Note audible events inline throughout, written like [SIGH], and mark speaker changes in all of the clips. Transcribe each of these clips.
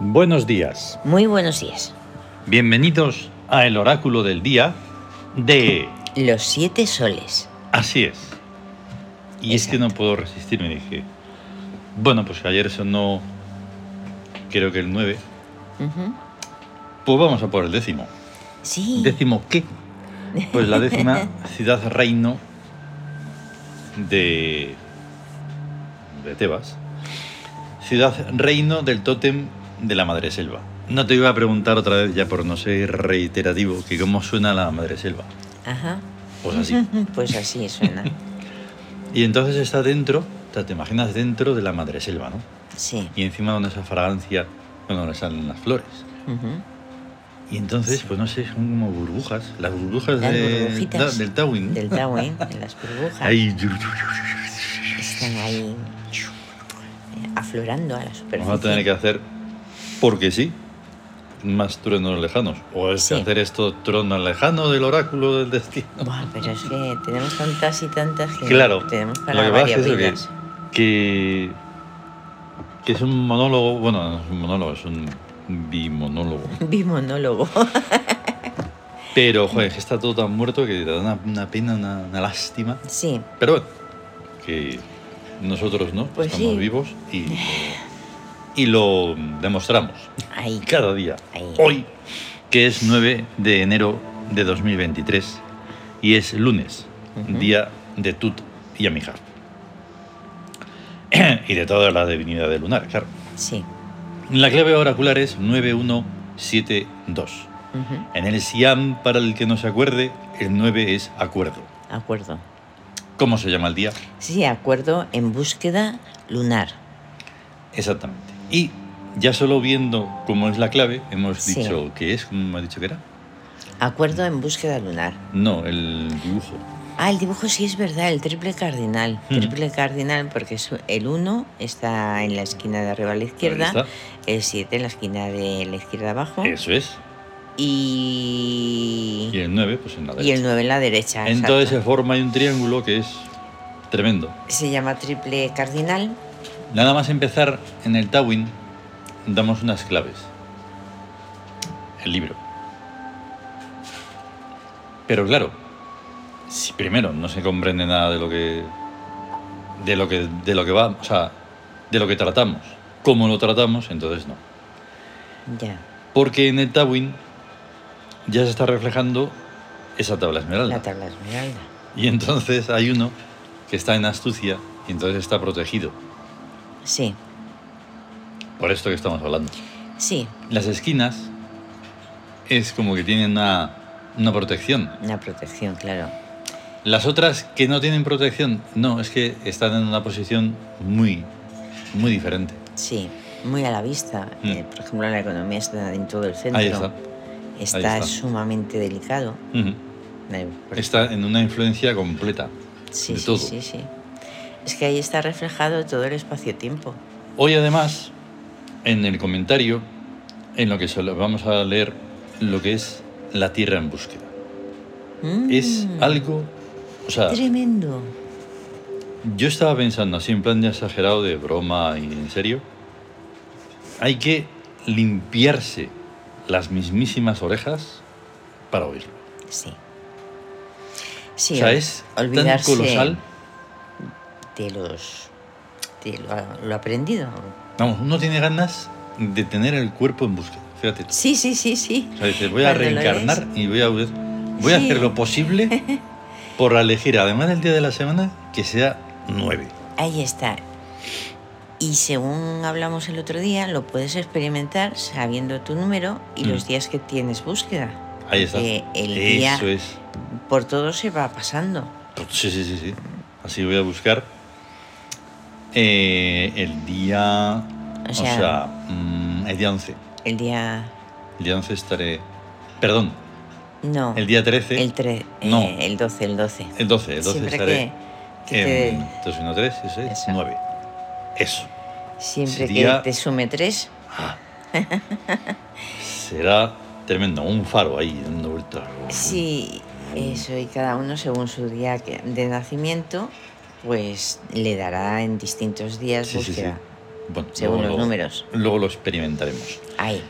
Speaker 1: Buenos días.
Speaker 2: Muy buenos días.
Speaker 1: Bienvenidos a el oráculo del día de...
Speaker 2: Los siete soles.
Speaker 1: Así es. Y es que no puedo resistirme, dije. Bueno, pues ayer sonó, creo que el 9.
Speaker 2: Ujú.
Speaker 1: Pues vamos a por el décimo.
Speaker 2: Sí.
Speaker 1: ¿Décimo qué? Pues la
Speaker 2: [LAUGHS]
Speaker 1: décima ciudad-reino de, de Tebas. Ciudad-reino del tótem de la Madre Selva. No te iba a preguntar otra vez, ya por no ser reiterativo, que cómo suena la Madre Selva.
Speaker 2: Ajá.
Speaker 1: Pues así.
Speaker 2: [LAUGHS] Pues así suena.
Speaker 1: Y entonces está dentro, o sea, te imaginas dentro de la Madre Selva, ¿no?
Speaker 2: Sí.
Speaker 1: Y encima donde esa fragancia, bueno, donde salen las flores.
Speaker 2: Ujú.
Speaker 1: Y entonces, pues no sé, son como burbujas, las burbujas
Speaker 2: Las
Speaker 1: de-
Speaker 2: burbujitas
Speaker 1: da- del Tawin.
Speaker 2: Del Tawin, de las burbujas.
Speaker 1: Ahí.
Speaker 2: Están ahí eh, aflorando a la superficie.
Speaker 1: Vamos a tener que hacer, porque sí, más truenos lejanos. O es que
Speaker 2: Sí.
Speaker 1: hacer esto trueno lejano del oráculo del destino.
Speaker 2: Buah, pero es que tenemos tantas y tantas que
Speaker 1: Claro.
Speaker 2: tenemos
Speaker 1: lo
Speaker 2: para
Speaker 1: que pasa es
Speaker 2: varias
Speaker 1: eso que,
Speaker 2: vidas.
Speaker 1: que, que es un monólogo, bueno, no es un monólogo, es un bimonólogo.
Speaker 2: [LAUGHS] Bimonólogo.
Speaker 1: Pero, joder, que está todo tan muerto que te da una, una pena, una, una lástima.
Speaker 2: Sí.
Speaker 1: Pero bueno, que nosotros no,
Speaker 2: Pues
Speaker 1: estamos
Speaker 2: sí.
Speaker 1: vivos y, y lo demostramos.
Speaker 2: Ahí.
Speaker 1: cada día.
Speaker 2: Ahí.
Speaker 1: Hoy, que es 9 de enero de 2023 y es lunes,
Speaker 2: Ujú.
Speaker 1: día de Tut y Amijaf. [CLEARS THROAT] y de toda la divinidad de lunar, claro.
Speaker 2: Sí.
Speaker 1: La clave oracular es 9172.
Speaker 2: Ujú.
Speaker 1: En el Siam, para el que no se acuerde, el 9 es acuerdo.
Speaker 2: Acuerdo.
Speaker 1: ¿Cómo se llama el día?
Speaker 2: Sí, acuerdo en búsqueda lunar.
Speaker 1: Exactamente. Y ya solo viendo cómo es la clave, hemos
Speaker 2: Sí.
Speaker 1: dicho que es, ¿cómo ha dicho que era?
Speaker 2: Acuerdo en búsqueda lunar.
Speaker 1: No, el dibujo.
Speaker 2: Ah, el dibujo sí es verdad, el triple cardinal.
Speaker 1: Mm.
Speaker 2: Triple cardinal porque es el 1 está en la esquina de arriba a la
Speaker 1: Ahí está.
Speaker 2: izquierda, el 7 en la esquina de la izquierda abajo
Speaker 1: Eso es. Y
Speaker 2: y,
Speaker 1: el 9, pues en la
Speaker 2: y
Speaker 1: derecha.
Speaker 2: el 9 en la derecha.
Speaker 1: Entonces se
Speaker 2: exacto.
Speaker 1: forma ahí un triángulo que es tremendo.
Speaker 2: se llama triple cardinal.
Speaker 1: Nada más empezar en el Tawin, damos unas claves. El libro. Pero claro, si primero no se comprende nada de lo que. de lo que. de lo que va. O sea, de lo que tratamos. Cómo lo tratamos, entonces no.
Speaker 2: Ya,
Speaker 1: Porque en el Tawin ya se está reflejando esa tabla esmeralda.
Speaker 2: la tabla esmeralda.
Speaker 1: Y entonces hay uno que está en astucia y entonces está protegido.
Speaker 2: Sí,
Speaker 1: Por esto que estamos hablando.
Speaker 2: sí,
Speaker 1: Las esquinas es como que tienen una, una protección.
Speaker 2: una protección, claro.
Speaker 1: Las otras que no tienen protección, no, es que están en una posición muy, muy diferente.
Speaker 2: Sí, muy a la vista.
Speaker 1: Mm.
Speaker 2: Eh, por ejemplo, la economía está en todo el centro.
Speaker 1: Ahí está.
Speaker 2: Está,
Speaker 1: ahí está.
Speaker 2: sumamente delicado.
Speaker 1: Ujú.
Speaker 2: Eh, por-
Speaker 1: Está en una influencia completa.
Speaker 2: Sí,
Speaker 1: de
Speaker 2: sí,
Speaker 1: todo.
Speaker 2: sí, sí. Es que ahí está reflejado todo el espacio-tiempo.
Speaker 1: Hoy además, en el comentario, en lo que solo- vamos a leer lo que es la Tierra en búsqueda.
Speaker 2: Mm,
Speaker 1: Es algo, o sea,
Speaker 2: Tremendo.
Speaker 1: Yo estaba pensando así en plan de exagerado, de broma y en serio. Hay que limpiarse las mismísimas orejas para oírlo.
Speaker 2: Sí. Sí,
Speaker 1: o sea,
Speaker 2: ol-
Speaker 1: es tan
Speaker 2: olvidarse
Speaker 1: colosal.
Speaker 2: De los. de lo, lo aprendido.
Speaker 1: Vamos, uno tiene ganas de tener el cuerpo en búsqueda. Fíjate. tú.
Speaker 2: Sí, sí, sí, sí.
Speaker 1: O sea, dices, voy a
Speaker 2: Cuando lo
Speaker 1: reencarnar y voy a oír- Voy a
Speaker 2: Sí.
Speaker 1: hacer lo
Speaker 2: [LAUGHS]
Speaker 1: posible por elegir, además del día de la semana, que sea nueve.
Speaker 2: Ahí está. Y según hablamos el otro día, lo puedes experimentar sabiendo tu número y
Speaker 1: Mm.
Speaker 2: los días que tienes búsqueda.
Speaker 1: Ahí está.
Speaker 2: Porque el día
Speaker 1: Eso es.
Speaker 2: por todo se va pasando.
Speaker 1: Sí, sí, sí, sí. Así voy a buscar eh, el día.
Speaker 2: O
Speaker 1: O sea,
Speaker 2: sea-
Speaker 1: mm, el día 11.
Speaker 2: El día.
Speaker 1: El día 11 estaré. Perdón,
Speaker 2: No.
Speaker 1: el día 13.
Speaker 2: El 3.
Speaker 1: No.
Speaker 2: el 12, el 12.
Speaker 1: el 12, el 12
Speaker 2: siempre
Speaker 1: estaré.
Speaker 2: que, que
Speaker 1: en 2, 1, 3, 6,
Speaker 2: Eso.
Speaker 1: 9. Eso.
Speaker 2: te- siempre
Speaker 1: sería-
Speaker 2: que te sume 3, [LAUGHS]
Speaker 1: Ah. Será tremendo. Un faro ahí dando vueltas.
Speaker 2: sí, eso, y cada uno según su día que- de nacimiento, pues le dará en distintos días
Speaker 1: Sí, sí, sí.
Speaker 2: búsqueda.
Speaker 1: Bueno,
Speaker 2: Según
Speaker 1: luego
Speaker 2: los
Speaker 1: lo-
Speaker 2: números.
Speaker 1: Luego lo experimentaremos.
Speaker 2: Ahí.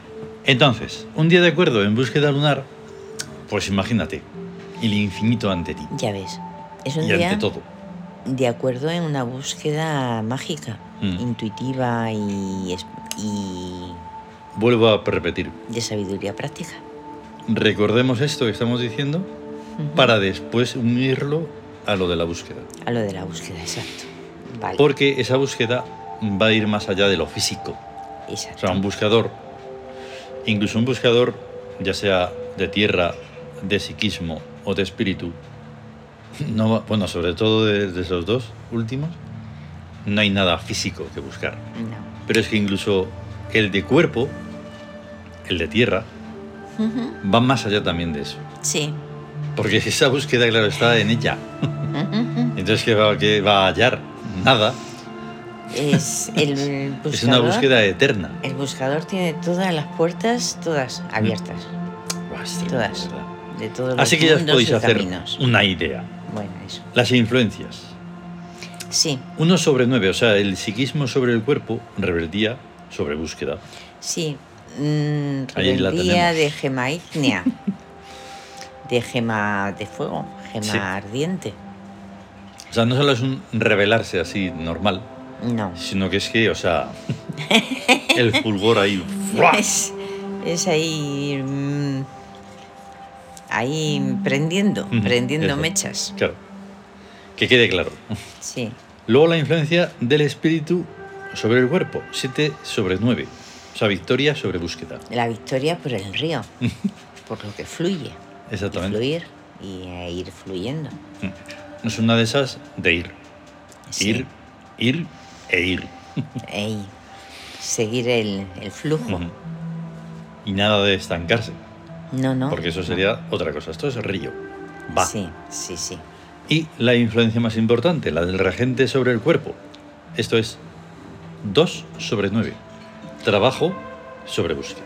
Speaker 1: Entonces, un día de acuerdo en búsqueda lunar, pues imagínate, el infinito ante ti
Speaker 2: Ya ves. Es un
Speaker 1: y
Speaker 2: día
Speaker 1: ante todo.
Speaker 2: de acuerdo en una búsqueda mágica,
Speaker 1: Mm.
Speaker 2: intuitiva y, es- y
Speaker 1: Vuelvo a repetir,
Speaker 2: de sabiduría práctica.
Speaker 1: recordemos esto que estamos diciendo
Speaker 2: Ujú.
Speaker 1: para después unirlo a lo de la búsqueda.
Speaker 2: A lo de la búsqueda, exacto. Vale.
Speaker 1: Porque esa búsqueda va a ir más allá de lo físico. O
Speaker 2: exacto.
Speaker 1: sea, un buscador, incluso un buscador, ya sea de tierra, de psiquismo o de espíritu, no va- bueno, sobre todo de, de esos dos últimos, no hay nada físico que buscar.
Speaker 2: No.
Speaker 1: Pero es que incluso el de cuerpo, el de tierra,
Speaker 2: Ujú.
Speaker 1: va más allá también de eso.
Speaker 2: Sí.
Speaker 1: Porque [LAUGHS] esa búsqueda, claro, está en ella.
Speaker 2: Ujú.
Speaker 1: Entonces, ¿qué va, qué va a hallar? Nada.
Speaker 2: es el
Speaker 1: [LAUGHS]
Speaker 2: buscador.
Speaker 1: Es una búsqueda eterna.
Speaker 2: El buscador tiene todas las puertas, todas abiertas,
Speaker 1: Buah, es tremendo,
Speaker 2: Todas.
Speaker 1: ¿verdad?
Speaker 2: de todos los
Speaker 1: Así que ya os
Speaker 2: mundos
Speaker 1: podéis
Speaker 2: y
Speaker 1: hacer
Speaker 2: caminos.
Speaker 1: una idea.
Speaker 2: Bueno, eso.
Speaker 1: Las influencias.
Speaker 2: Sí,
Speaker 1: 1 sobre 9, o sea, el psiquismo sobre el cuerpo, rebeldía sobre búsqueda.
Speaker 2: sí. Mm,
Speaker 1: Ahí la
Speaker 2: rebeldía
Speaker 1: tenemos.
Speaker 2: de
Speaker 1: [LAUGHS]
Speaker 2: gema ígnea. de gema de fuego, gema
Speaker 1: Sí.
Speaker 2: ardiente.
Speaker 1: O sea, no solo es un rebelarse así normal,
Speaker 2: No.
Speaker 1: sino que es que, o
Speaker 2: [LAUGHS]
Speaker 1: sea, el fulgor ahí. ¡fua!
Speaker 2: Es, es ahí. mm, ahí prendiendo,
Speaker 1: Ujú,
Speaker 2: prendiendo
Speaker 1: eso.
Speaker 2: mechas.
Speaker 1: Claro. Que quede claro.
Speaker 2: Sí.
Speaker 1: Luego la influencia del espíritu sobre el cuerpo, 7 sobre 9. O sea, victoria sobre búsqueda.
Speaker 2: La victoria por el río, por lo que fluye. Y
Speaker 1: Exactamente.
Speaker 2: fluir y eh, ir fluyendo.
Speaker 1: Es una de esas de ir.
Speaker 2: Sí.
Speaker 1: Ir, ir e ir.
Speaker 2: Ey, seguir el, el flujo.
Speaker 1: Ujú. Y nada de estancarse,
Speaker 2: No, no.
Speaker 1: porque eso sería otra cosa. Esto es río. Va.
Speaker 2: Sí, sí, sí.
Speaker 1: Y la influencia más importante, la del regente sobre el cuerpo. Esto es 2 sobre 9. Trabajo sobre búsqueda.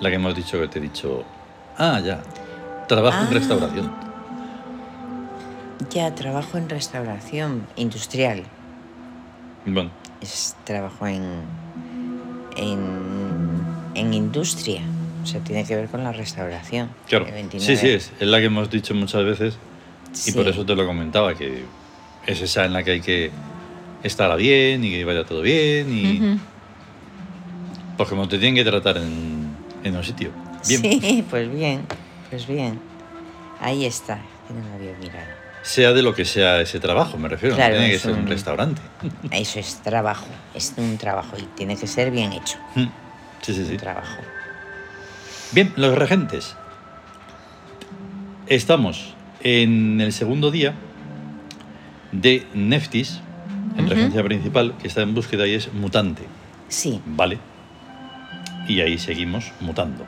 Speaker 1: La que hemos dicho que te he dicho. Ah, ya. Trabajo en
Speaker 2: Ah.
Speaker 1: restauración.
Speaker 2: Ya trabajo en restauración industrial.
Speaker 1: Bueno,
Speaker 2: Es trabajo en, en, en industria. O sea, tiene que ver con la restauración.
Speaker 1: claro.
Speaker 2: El 29.
Speaker 1: Sí, sí, es, es la que hemos dicho muchas veces y
Speaker 2: Sí,
Speaker 1: por eso te lo comentaba, que es esa en la que hay que estar bien y que vaya todo bien y...
Speaker 2: Ujú.
Speaker 1: Pues como te tienen que tratar en, en un sitio. Bien.
Speaker 2: Sí, pues bien, pues bien. Ahí está, que no lo había mirado.
Speaker 1: Sea de lo que sea ese trabajo, me refiero.
Speaker 2: Claro,
Speaker 1: no tiene que
Speaker 2: es
Speaker 1: ser un
Speaker 2: un-
Speaker 1: restaurante.
Speaker 2: Eso es trabajo, es un trabajo y tiene que ser bien hecho.
Speaker 1: Mm. Sí, sí, sí.
Speaker 2: Un trabajo.
Speaker 1: Bien, los regentes. Estamos en el segundo día de Neftis, en
Speaker 2: Ujú.
Speaker 1: regencia principal, que está en búsqueda y es mutante.
Speaker 2: Sí,
Speaker 1: Vale. Y ahí seguimos
Speaker 2: [LAUGHS]
Speaker 1: mutando.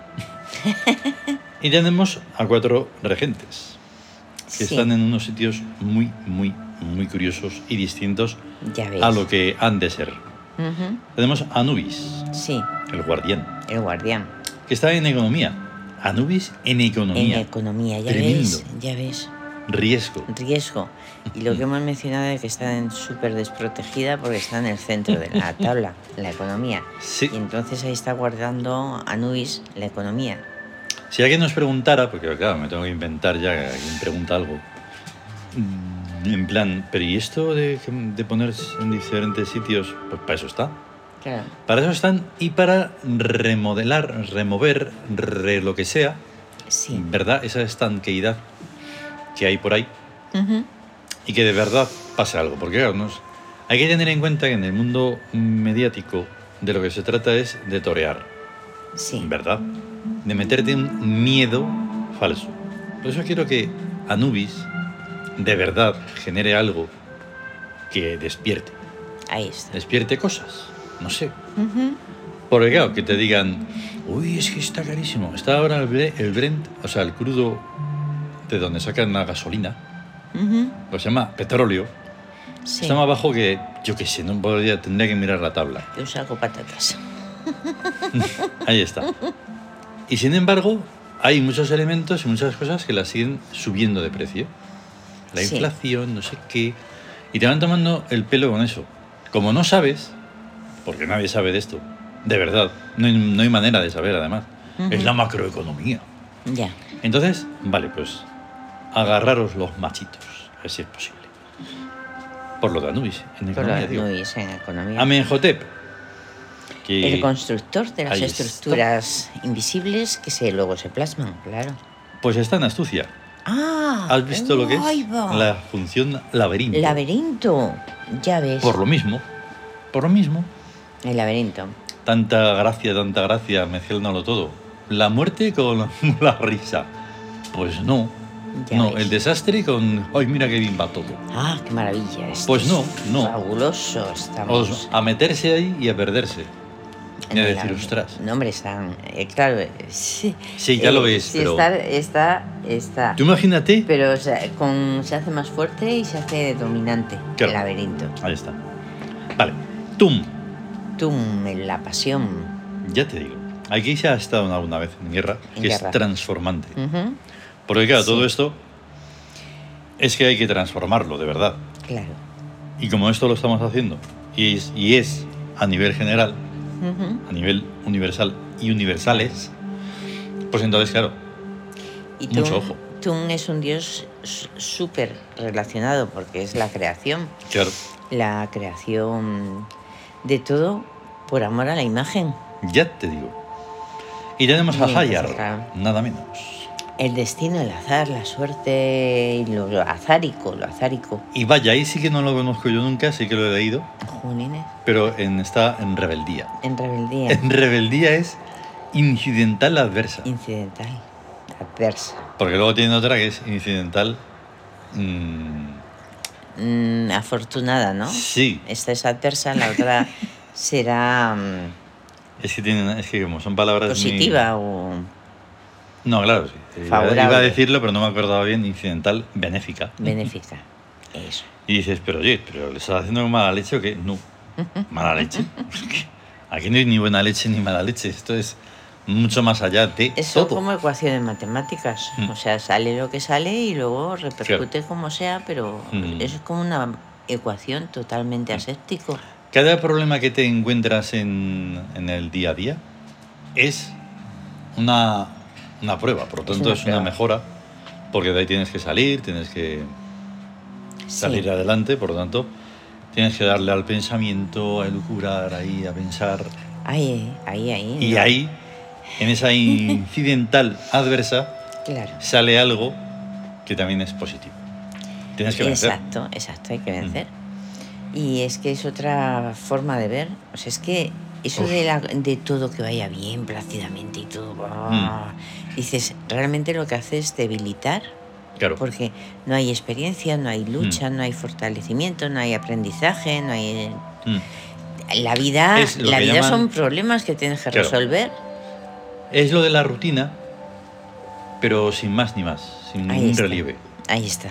Speaker 1: y tenemos a cuatro regentes, que
Speaker 2: sí.
Speaker 1: están en unos sitios muy, muy, muy curiosos y distintos
Speaker 2: Ya ves.
Speaker 1: a lo que han de ser.
Speaker 2: Ujú.
Speaker 1: Tenemos a Anubis,
Speaker 2: Sí,
Speaker 1: el guardián,
Speaker 2: el guardián.
Speaker 1: que está en economía. Anubis en economía.
Speaker 2: En economía, ya
Speaker 1: Tremendo.
Speaker 2: ves, ya ves.
Speaker 1: Riesgo.
Speaker 2: Riesgo.
Speaker 1: [LAUGHS]
Speaker 2: Y lo que hemos mencionado de que está en- súper desprotegida porque está en el centro de
Speaker 1: [LAUGHS]
Speaker 2: la tabla, la economía.
Speaker 1: Sí.
Speaker 2: Y entonces ahí está guardando Anubis la economía.
Speaker 1: Si alguien nos preguntara, porque claro, me tengo que inventar ya que alguien pregunta algo. mm, En plan, pero ¿y esto de, que- de ponerse en diferentes sitios? Pues para eso está.
Speaker 2: Claro.
Speaker 1: Para eso están y para remodelar, remover, re lo que sea,
Speaker 2: Sí.
Speaker 1: ¿verdad? Esa estanqueidad que hay por ahí
Speaker 2: Ujú.
Speaker 1: y que de verdad pase algo. Porque claro, nos- hay que tener en cuenta que en el mundo mediático de lo que se trata es de torear,
Speaker 2: Sí.
Speaker 1: ¿verdad? De meterte un miedo falso. Por eso quiero que Anubis de verdad genere algo que despierte.
Speaker 2: Ahí está.
Speaker 1: Despierte cosas. No sé.
Speaker 2: Ujú.
Speaker 1: Porque claro, que te digan, uy, es que está carísimo. Está ahora el, bre- el Brent, o sea, el crudo de donde sacan la gasolina,
Speaker 2: Ujú.
Speaker 1: lo se llama petróleo,
Speaker 2: Sí.
Speaker 1: Está más bajo que, yo qué sé, no podría, tendría que mirar la tabla.
Speaker 2: Yo saco patatas.
Speaker 1: Ahí está. Y sin embargo, hay muchos elementos y muchas cosas que las siguen subiendo de precio. La
Speaker 2: Sí.
Speaker 1: inflación, no sé qué. Y te van tomando el pelo con eso. Como no sabes, porque nadie sabe de esto. De verdad, no hay, no hay manera de saber además.
Speaker 2: Ujú.
Speaker 1: Es la macroeconomía.
Speaker 2: Ya.
Speaker 1: Entonces, vale, pues agarraros los machitos, a ver si es posible. Por lo Danubis, en
Speaker 2: Por la
Speaker 1: economía, digo.
Speaker 2: Luis, en economía.
Speaker 1: Amenhotep. que-
Speaker 2: El constructor de las
Speaker 1: Ahí está.
Speaker 2: estructuras invisibles que se, luego se plasman, claro.
Speaker 1: Pues está en Astucia.
Speaker 2: Ah,
Speaker 1: ¿Has visto lo que
Speaker 2: ahí
Speaker 1: es?
Speaker 2: va.
Speaker 1: La función laberinto.
Speaker 2: Laberinto, ya ves.
Speaker 1: Por lo mismo. Por lo mismo.
Speaker 2: El laberinto.
Speaker 1: Tanta gracia, tanta gracia, mezclándolo todo. La muerte con [LAUGHS] la risa. Pues no.
Speaker 2: Ya
Speaker 1: no,
Speaker 2: ves.
Speaker 1: el desastre con. ¡Ay, mira qué bien va todo!
Speaker 2: Ah, qué maravilla. esto
Speaker 1: Pues no,
Speaker 2: es
Speaker 1: no.
Speaker 2: Fabuloso
Speaker 1: Os-
Speaker 2: estamos.
Speaker 1: a meterse ahí y a perderse.
Speaker 2: en
Speaker 1: Y a
Speaker 2: el
Speaker 1: decir,
Speaker 2: laberinto.
Speaker 1: ostras.
Speaker 2: No, hombre, están. eh, claro, eh, sí. Eh,
Speaker 1: Sí, ya lo ves,
Speaker 2: sí,
Speaker 1: pero-
Speaker 2: está, está, está.
Speaker 1: Tú imagínate.
Speaker 2: Pero o sea, con, se hace más fuerte y se hace dominante
Speaker 1: Claro.
Speaker 2: el laberinto.
Speaker 1: Ahí está. Vale. Tum.
Speaker 2: Tum, en la pasión.
Speaker 1: Ya te digo. Aquí se ha estado alguna vez en guerra,
Speaker 2: En
Speaker 1: que
Speaker 2: guerra.
Speaker 1: es transformante.
Speaker 2: Ujú,
Speaker 1: Porque claro,
Speaker 2: Sí.
Speaker 1: todo esto es que hay que transformarlo, de verdad.
Speaker 2: Claro.
Speaker 1: Y como esto lo estamos haciendo, y es, y es a nivel general,
Speaker 2: Ujú.
Speaker 1: a nivel universal y universales, pues entonces, claro,
Speaker 2: Y
Speaker 1: Mucho
Speaker 2: Tum-
Speaker 1: ojo.
Speaker 2: Tum es un dios s- súper relacionado porque es la creación.
Speaker 1: claro,
Speaker 2: La creación de todo por amor a la imagen.
Speaker 1: ya te digo. Y tenemos a
Speaker 2: Bien, pues,
Speaker 1: Hayar,
Speaker 2: claro.
Speaker 1: nada menos.
Speaker 2: El destino, el azar, la suerte, y lo, lo azárico, lo azárico.
Speaker 1: Y vaya, ahí sí que no lo conozco yo nunca, sí que lo he leído,
Speaker 2: Jolines,
Speaker 1: pero en, está en rebeldía.
Speaker 2: en rebeldía,
Speaker 1: En rebeldía es incidental adversa.
Speaker 2: incidental, adversa,
Speaker 1: Porque luego tiene otra que es incidental. mm,
Speaker 2: Mm, afortunada, ¿no?
Speaker 1: Sí,
Speaker 2: Esta es adversa, la
Speaker 1: [LAUGHS]
Speaker 2: otra será mm,
Speaker 1: es que, tienen, es que como son palabras. muy-
Speaker 2: positiva
Speaker 1: No, claro, sí. Eh,
Speaker 2: Favorable.
Speaker 1: Iba a decirlo, pero no me acordaba bien. Incidental, benéfica.
Speaker 2: o benéfica. Eso.
Speaker 1: Y dices, pero oye, ¿pero le estás haciendo mala leche o qué?
Speaker 2: [LAUGHS]
Speaker 1: No. ¿Mala leche? Aquí no hay ni buena leche ni mala leche. Esto es mucho más allá de
Speaker 2: Eso
Speaker 1: todo.
Speaker 2: como ecuaciones matemáticas.
Speaker 1: Mm.
Speaker 2: O sea, sale lo que sale y luego repercute como sea, pero
Speaker 1: Mm.
Speaker 2: eso es como una ecuación totalmente aséptico.
Speaker 1: Cada problema que te encuentras en, en el día a día es una, una prueba, por lo
Speaker 2: Es
Speaker 1: tanto
Speaker 2: una
Speaker 1: es una,
Speaker 2: prueba.
Speaker 1: mejora, porque de ahí tienes que salir, tienes que salir
Speaker 2: Sí.
Speaker 1: adelante, por lo tanto tienes que darle al pensamiento, a elucurar, ahí, a pensar.
Speaker 2: Ahí, ahí, ahí.
Speaker 1: Y
Speaker 2: ¿no?
Speaker 1: ahí, en esa
Speaker 2: [LAUGHS]
Speaker 1: incidental adversa,
Speaker 2: Claro.
Speaker 1: sale algo que también es positivo. Tienes que vencer. Mm.
Speaker 2: Exacto, exacto, hay que vencer. Y es que es otra forma de ver. O sea, es que eso
Speaker 1: Uf. Mm.
Speaker 2: de, la- de todo que vaya bien, plácidamente y todo. ah, Dices, realmente lo que hace es debilitar,
Speaker 1: Claro.
Speaker 2: porque no hay experiencia, no hay lucha,
Speaker 1: Hmm.
Speaker 2: no hay fortalecimiento, no hay aprendizaje, no hay. eh,
Speaker 1: Mm.
Speaker 2: La vida,
Speaker 1: Es lo
Speaker 2: la
Speaker 1: que
Speaker 2: vida
Speaker 1: llaman-
Speaker 2: son problemas que tienes que
Speaker 1: Claro.
Speaker 2: resolver.
Speaker 1: Es lo de la rutina, pero sin más ni más, sin
Speaker 2: Ahí
Speaker 1: ningún
Speaker 2: está.
Speaker 1: relieve.
Speaker 2: Ahí está.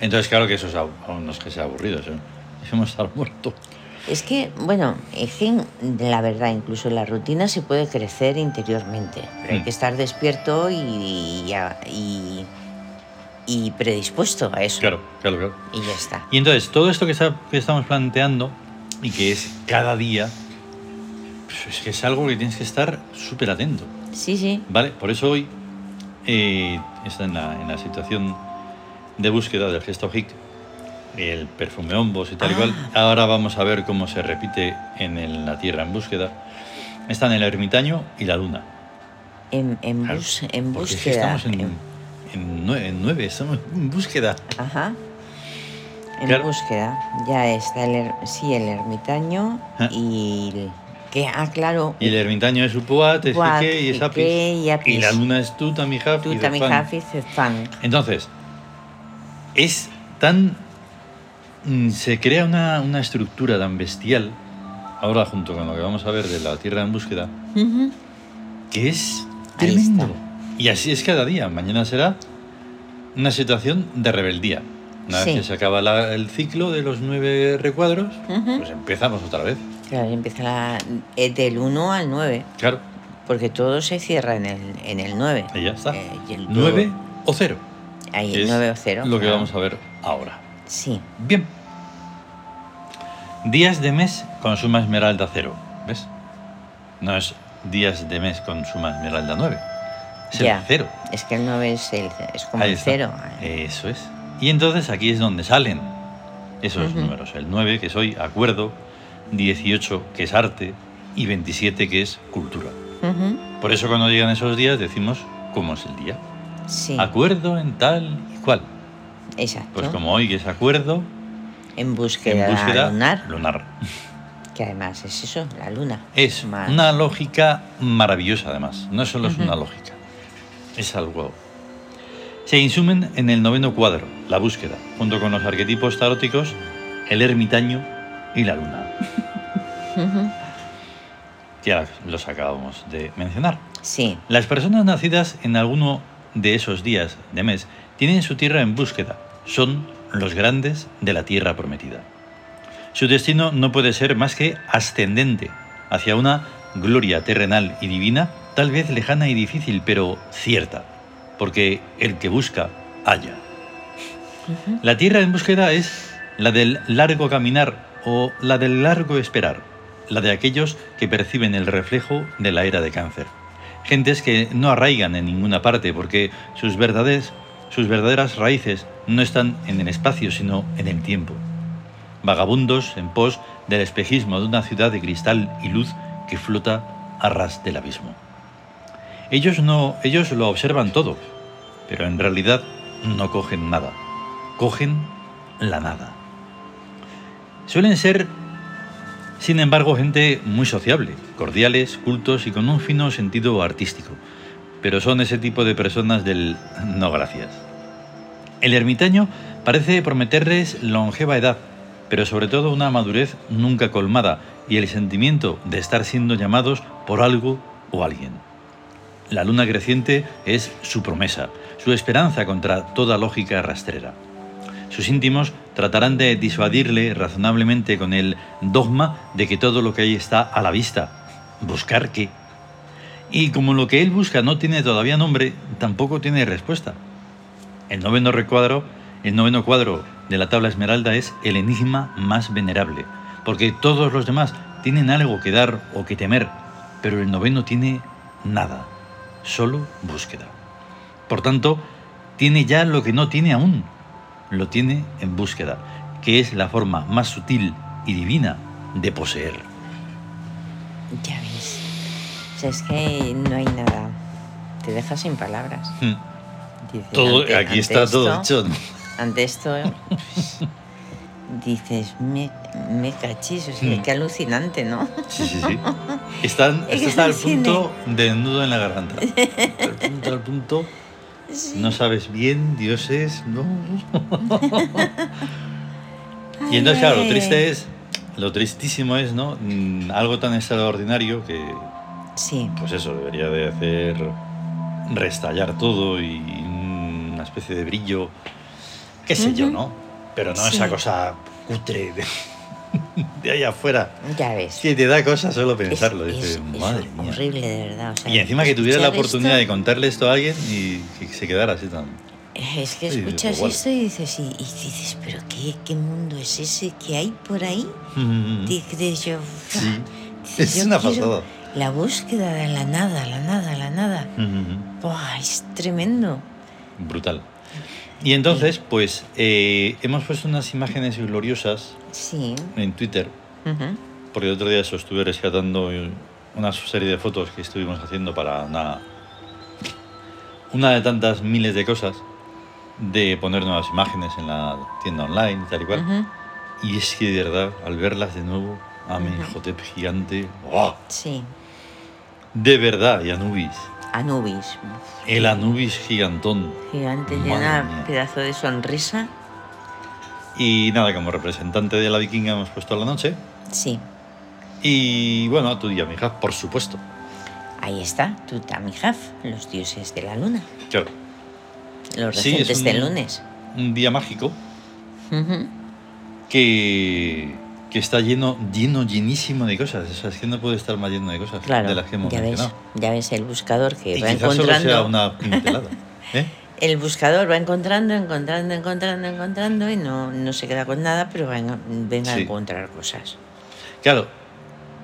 Speaker 1: Entonces, claro que eso es, abu- no es que sea aburrido, eso, eso hemos [LAUGHS] estar muerto.
Speaker 2: Es que, bueno, es que en- la verdad, incluso en la rutina se puede crecer interiormente, pero hay
Speaker 1: Mm.
Speaker 2: que estar despierto y, y, a- y- y predispuesto a eso.
Speaker 1: Claro, claro, claro.
Speaker 2: Y ya está.
Speaker 1: Y entonces, todo esto que, está- que estamos planteando y que es cada día, pues es que es algo que tienes que estar súper atento,
Speaker 2: Sí, sí.
Speaker 1: ¿vale? Por eso hoy eh, está en la, en la situación de búsqueda del gesto hic, el perfume hombos y tal y
Speaker 2: Ah.
Speaker 1: cual. Ahora vamos a ver cómo se repite en el- la Tierra en búsqueda. Están el ermitaño y la luna.
Speaker 2: En, en,
Speaker 1: Claro,
Speaker 2: bus- en
Speaker 1: Porque es que
Speaker 2: búsqueda.
Speaker 1: estamos en,
Speaker 2: en-
Speaker 1: en nue- en nueve, estamos en búsqueda.
Speaker 2: ajá. En
Speaker 1: Claro.
Speaker 2: búsqueda. Ya está el, er- sí, el ermitaño
Speaker 1: Ah.
Speaker 2: y el- que, ah, claro.
Speaker 1: Y el ermitaño es Upuat, es
Speaker 2: Upuat,
Speaker 1: Ike y es
Speaker 2: Ike
Speaker 1: Apis.
Speaker 2: y Apis.
Speaker 1: Y la luna es Tuta, mi Jaf y
Speaker 2: Tú también,
Speaker 1: Defan.
Speaker 2: Hafiz, fan.
Speaker 1: Entonces, es tan. mm, Se crea una, una estructura tan bestial, ahora junto con lo que vamos a ver de la Tierra en búsqueda,
Speaker 2: Ujú.
Speaker 1: que es
Speaker 2: Ahí
Speaker 1: tremendo.
Speaker 2: está.
Speaker 1: Y así es cada día. Mañana será una situación de rebeldía. Una
Speaker 2: Sí.
Speaker 1: vez que se acaba la- el ciclo de los nueve recuadros,
Speaker 2: Ujú.
Speaker 1: pues empezamos otra vez.
Speaker 2: Claro, empieza la- eh, del 1 al 9.
Speaker 1: Claro,
Speaker 2: Porque todo se cierra en el, en el 9.
Speaker 1: ahí ya está.
Speaker 2: Eh, y el
Speaker 1: 9 o 0.
Speaker 2: Ahí el 9 o 0.
Speaker 1: Lo que vamos a ver ahora.
Speaker 2: Sí,
Speaker 1: Bien. Días de mes con suma esmeralda 0. ¿Ves? No es días de mes con suma esmeralda 9. Es el
Speaker 2: Ya.
Speaker 1: 0.
Speaker 2: Es que el 9 es, el, es como
Speaker 1: Ahí
Speaker 2: el
Speaker 1: está.
Speaker 2: 0.
Speaker 1: Eso es. Y entonces aquí es donde salen esos
Speaker 2: Ujú.
Speaker 1: números. El 9, que es hoy acuerdo, 18, que es arte, y 27, que es cultura. Por eso cuando llegan esos días decimos cómo es el día.
Speaker 2: Sí,
Speaker 1: Acuerdo en tal y cual.
Speaker 2: exacto.
Speaker 1: Pues como hoy que es acuerdo,
Speaker 2: en búsqueda,
Speaker 1: en búsqueda
Speaker 2: lunar,
Speaker 1: lunar.
Speaker 2: que además es eso, la luna.
Speaker 1: Es
Speaker 2: Más.
Speaker 1: una lógica maravillosa, además. No solo es
Speaker 2: Ujú.
Speaker 1: una lógica, es algo. Se insumen en el noveno cuadro, la búsqueda, junto con los arquetipos taróticos, el ermitaño y la luna.
Speaker 2: Ujú.
Speaker 1: Ya los acabamos de mencionar.
Speaker 2: Sí,
Speaker 1: Las personas nacidas en alguno de esos días de mes tienen su tierra en búsqueda. Son los grandes de la tierra prometida. Su destino no puede ser más que ascendente, hacia una gloria terrenal y divina, tal vez lejana y difícil, pero cierta, porque el que busca, halla. La tierra en búsqueda es la del largo caminar o la del largo esperar, la de aquellos que perciben el reflejo de la era de cáncer. Gentes que no arraigan en ninguna parte porque sus verdades, sus verdaderas raíces no están en el espacio, sino en el tiempo. Vagabundos en pos del espejismo de una ciudad de cristal y luz que flota a ras del abismo. Ellos no, ellos lo observan todo, pero en realidad no cogen nada. Cogen la nada. Suelen ser, sin embargo, gente muy sociable, cordiales, cultos y con un fino sentido artístico. Pero son ese tipo de personas del no gracias. El ermitaño parece prometerles longeva edad, pero sobre todo una madurez nunca colmada y el sentimiento de estar siendo llamados por algo o alguien. La luna creciente es su promesa, su esperanza contra toda lógica rastrera. Sus íntimos tratarán de disuadirle razonablemente con el dogma de que todo lo que hay está a la vista. ¿Buscar qué? Y como lo que él busca no tiene todavía nombre, tampoco tiene respuesta. El noveno recuadro, el noveno cuadro de la tabla esmeralda es el enigma más venerable, porque todos los demás tienen algo que dar o que temer, pero el noveno tiene nada, solo búsqueda. Por tanto, tiene ya lo que no tiene aún, lo tiene en búsqueda, que es la forma más sutil y divina de poseer.
Speaker 2: ya ves. O sea, es que no hay nada. Te deja sin palabras.
Speaker 1: Hmm.
Speaker 2: Dices, ante- ante esto-
Speaker 1: [LAUGHS]
Speaker 2: Ante esto, pues, dices, me, me cachis, o sea,
Speaker 1: Mm.
Speaker 2: qué alucinante, ¿no?
Speaker 1: Sí, sí, sí. Están,
Speaker 2: [LAUGHS] Es
Speaker 1: esto
Speaker 2: que
Speaker 1: está al
Speaker 2: es cine.
Speaker 1: punto de nudo en la
Speaker 2: [LAUGHS]
Speaker 1: garganta. Al punto, al punto. No sabes bien, dioses, no. [LAUGHS] Y entonces, claro, lo triste es, lo tristísimo es, ¿no? Mm, Algo tan extraordinario que,
Speaker 2: Sí,
Speaker 1: pues eso, debería de hacer restallar todo y una especie de brillo, qué sé yo,
Speaker 2: Ujú.
Speaker 1: ¿no? Pero no esa
Speaker 2: Sí.
Speaker 1: cosa cutre de, [LAUGHS] de ahí afuera.
Speaker 2: ya ves.
Speaker 1: Sí, te da cosa solo
Speaker 2: Es-
Speaker 1: pensarlo.
Speaker 2: es-
Speaker 1: dices,
Speaker 2: es
Speaker 1: madre mía".
Speaker 2: horrible, de verdad. o sea,
Speaker 1: Y encima que tuviera la
Speaker 2: escuchar
Speaker 1: oportunidad de
Speaker 2: esto-
Speaker 1: contarle esto a alguien y que se quedara así
Speaker 2: [LAUGHS]
Speaker 1: tan.
Speaker 2: Es que
Speaker 1: Sí, dices,
Speaker 2: escuchas
Speaker 1: "Guau".
Speaker 2: esto y dices, y, y dices, pero qué, qué mundo es ese que hay por ahí? Dices yo,
Speaker 1: ¿Mm? Sí,
Speaker 2: dices,
Speaker 1: es
Speaker 2: yo
Speaker 1: una
Speaker 2: quiero
Speaker 1: pasada. [LAUGHS]
Speaker 2: La búsqueda de la nada, la nada, la nada.
Speaker 1: Ujú,
Speaker 2: Buah, es tremendo.
Speaker 1: Brutal. Y entonces, pues, eh, hemos puesto unas imágenes gloriosas
Speaker 2: Sí.
Speaker 1: en Twitter
Speaker 2: ujú.
Speaker 1: porque el otro día eso estuve rescatando una serie de fotos que estuvimos haciendo para una, una de tantas miles de cosas de poner nuevas imágenes en la tienda online y tal y cual.
Speaker 2: Ujú,
Speaker 1: Y es que de verdad, al verlas de nuevo, a mi
Speaker 2: Ujú.
Speaker 1: Jotep gigante, ¡oh!
Speaker 2: Sí.
Speaker 1: de verdad, y Anubis,
Speaker 2: Anubis.
Speaker 1: el Anubis gigantón.
Speaker 2: Gigante,
Speaker 1: Madre
Speaker 2: llena
Speaker 1: mía.
Speaker 2: pedazo de sonrisa.
Speaker 1: Y nada, como representante de la vikinga hemos puesto a la noche.
Speaker 2: Sí.
Speaker 1: Y bueno, a tu día, mija, por supuesto.
Speaker 2: Ahí está, Tutamijaf, los dioses de la luna.
Speaker 1: Claro,
Speaker 2: Los
Speaker 1: Sí, es
Speaker 2: recientes
Speaker 1: un-
Speaker 2: del lunes.
Speaker 1: un día mágico
Speaker 2: Ujú.
Speaker 1: que, que está lleno, lleno, llenísimo de cosas. O sea, es que no puede estar más lleno de cosas
Speaker 2: Claro,
Speaker 1: de las que hemos
Speaker 2: ya ves,
Speaker 1: mencionado.
Speaker 2: ya ves el buscador que
Speaker 1: Y
Speaker 2: va
Speaker 1: quizás solo sea
Speaker 2: encontrando.
Speaker 1: una pincelada. ¿eh?
Speaker 2: El buscador va encontrando, encontrando, encontrando, encontrando y no, no se queda con nada, pero va, en- venga a
Speaker 1: Sí.
Speaker 2: encontrar cosas.
Speaker 1: Claro,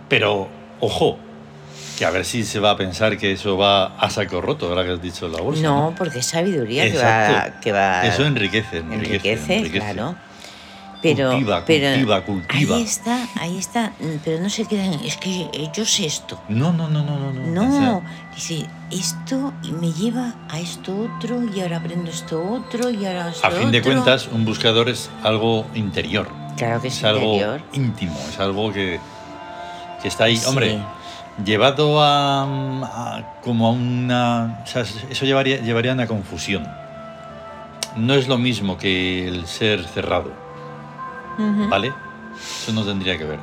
Speaker 1: pero ojo, que a ver si se va a pensar que eso va a saco roto, ahora que has dicho la bolsa.
Speaker 2: No, porque es sabiduría Exacto. que va, que va.
Speaker 1: Eso enriquece, enriquece,
Speaker 2: enriquece, enriquece. claro. Pero,
Speaker 1: cultiva,
Speaker 2: pero
Speaker 1: cultiva, cultiva.
Speaker 2: Ahí está, ahí está, pero no se quedan, es que yo sé esto.
Speaker 1: No, no, no, no, no.
Speaker 2: No, no dice, esto me lleva a esto otro y ahora aprendo esto otro y ahora esto
Speaker 1: A fin
Speaker 2: otro.
Speaker 1: de cuentas, un buscador es algo interior.
Speaker 2: Claro que es,
Speaker 1: es algo
Speaker 2: interior.
Speaker 1: íntimo, es algo que, que está ahí. Sí. Hombre, llevado a, a, como a una... O sea, eso llevaría, llevaría a una confusión. No es lo mismo que el ser cerrado. ¿Vale? Eso no tendría que ver.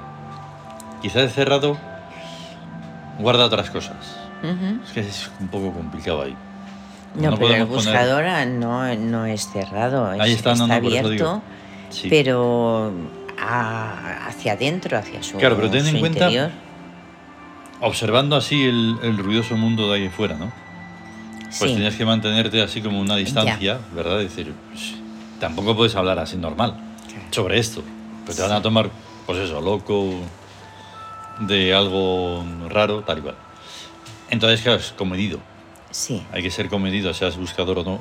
Speaker 1: Quizás cerrado guarda otras cosas. Uh -huh. Es que es un poco complicado ahí.
Speaker 2: No, no pero el buscador poner... no, no, es cerrado.
Speaker 1: Ahí está,
Speaker 2: Pues está
Speaker 1: no,
Speaker 2: abierto, sí. pero a, hacia adentro, hacia su
Speaker 1: Claro, pero ten en cuenta,
Speaker 2: interior.
Speaker 1: observando así el, el, ruidoso mundo de ahí afuera, ¿no? Pues sí. tenías que mantenerte así como una distancia, ya. ¿verdad? Es decir, pues, tampoco puedes hablar así normal sobre esto. Pero te van a tomar, pues eso, loco, de algo raro, tal y cual. Entonces, claro, es comedido.
Speaker 2: Sí.
Speaker 1: Hay que ser comedido, seas buscador o no.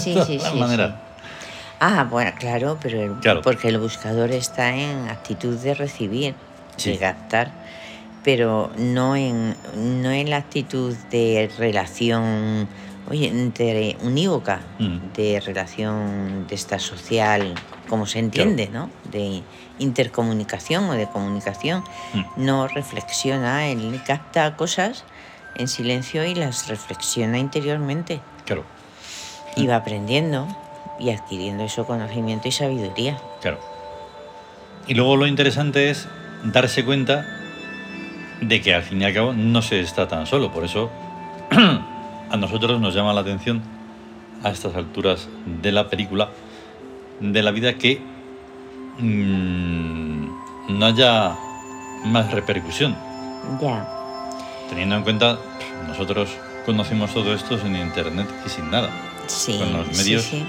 Speaker 2: Sí,
Speaker 1: [LAUGHS]
Speaker 2: sí, sí.
Speaker 1: manera.
Speaker 2: Sí. Ah, bueno, claro, pero el,
Speaker 1: claro.
Speaker 2: porque el buscador está en actitud de recibir, sí. de captar, pero no en, no en la actitud de relación Oye, entre unívoca mm. de relación de esta social, como se entiende, claro. ¿no? De intercomunicación o de comunicación. Mm. No reflexiona, él capta cosas en silencio y las reflexiona interiormente.
Speaker 1: Claro.
Speaker 2: [LAUGHS] Y va aprendiendo y adquiriendo eso conocimiento y sabiduría.
Speaker 1: Claro. Y luego lo interesante es darse cuenta de que al fin y al cabo no se está tan solo. Por eso. [CLEARS THROAT] a nosotros nos llama la atención a estas alturas de la película de la vida que mmm, no haya más repercusión.
Speaker 2: Ya. Yeah.
Speaker 1: Teniendo en cuenta, pues, nosotros conocimos todo esto sin internet y sin nada.
Speaker 2: Sí.
Speaker 1: Con los medios
Speaker 2: sí, sí.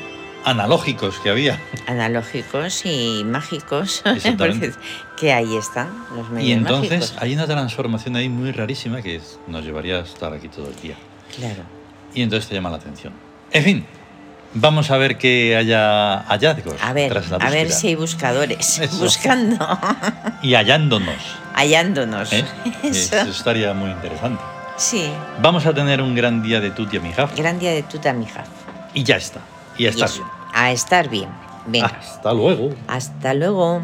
Speaker 1: analógicos que había.
Speaker 2: Analógicos y mágicos. [LAUGHS] Porque que ahí están los medios.
Speaker 1: Y entonces
Speaker 2: mágicos.
Speaker 1: hay una transformación ahí muy rarísima que nos llevaría a estar aquí todo el día.
Speaker 2: Claro.
Speaker 1: Y entonces te llama la atención. En fin, vamos a ver que haya hallazgos.
Speaker 2: A ver,
Speaker 1: tras la
Speaker 2: a ver si
Speaker 1: [LAUGHS]
Speaker 2: hay buscadores Eso. buscando. [LAUGHS]
Speaker 1: Y hallándonos.
Speaker 2: Hallándonos. [LAUGHS]
Speaker 1: ¿Eh? Eso. Eso. estaría muy interesante.
Speaker 2: Sí.
Speaker 1: Vamos a tener un gran día de tutia, mijaf.
Speaker 2: Gran día de tuta, mijaf.
Speaker 1: Y ya está. Y a estar Ah. bien.
Speaker 2: A estar bien. Venga.
Speaker 1: Hasta luego.
Speaker 2: Hasta luego.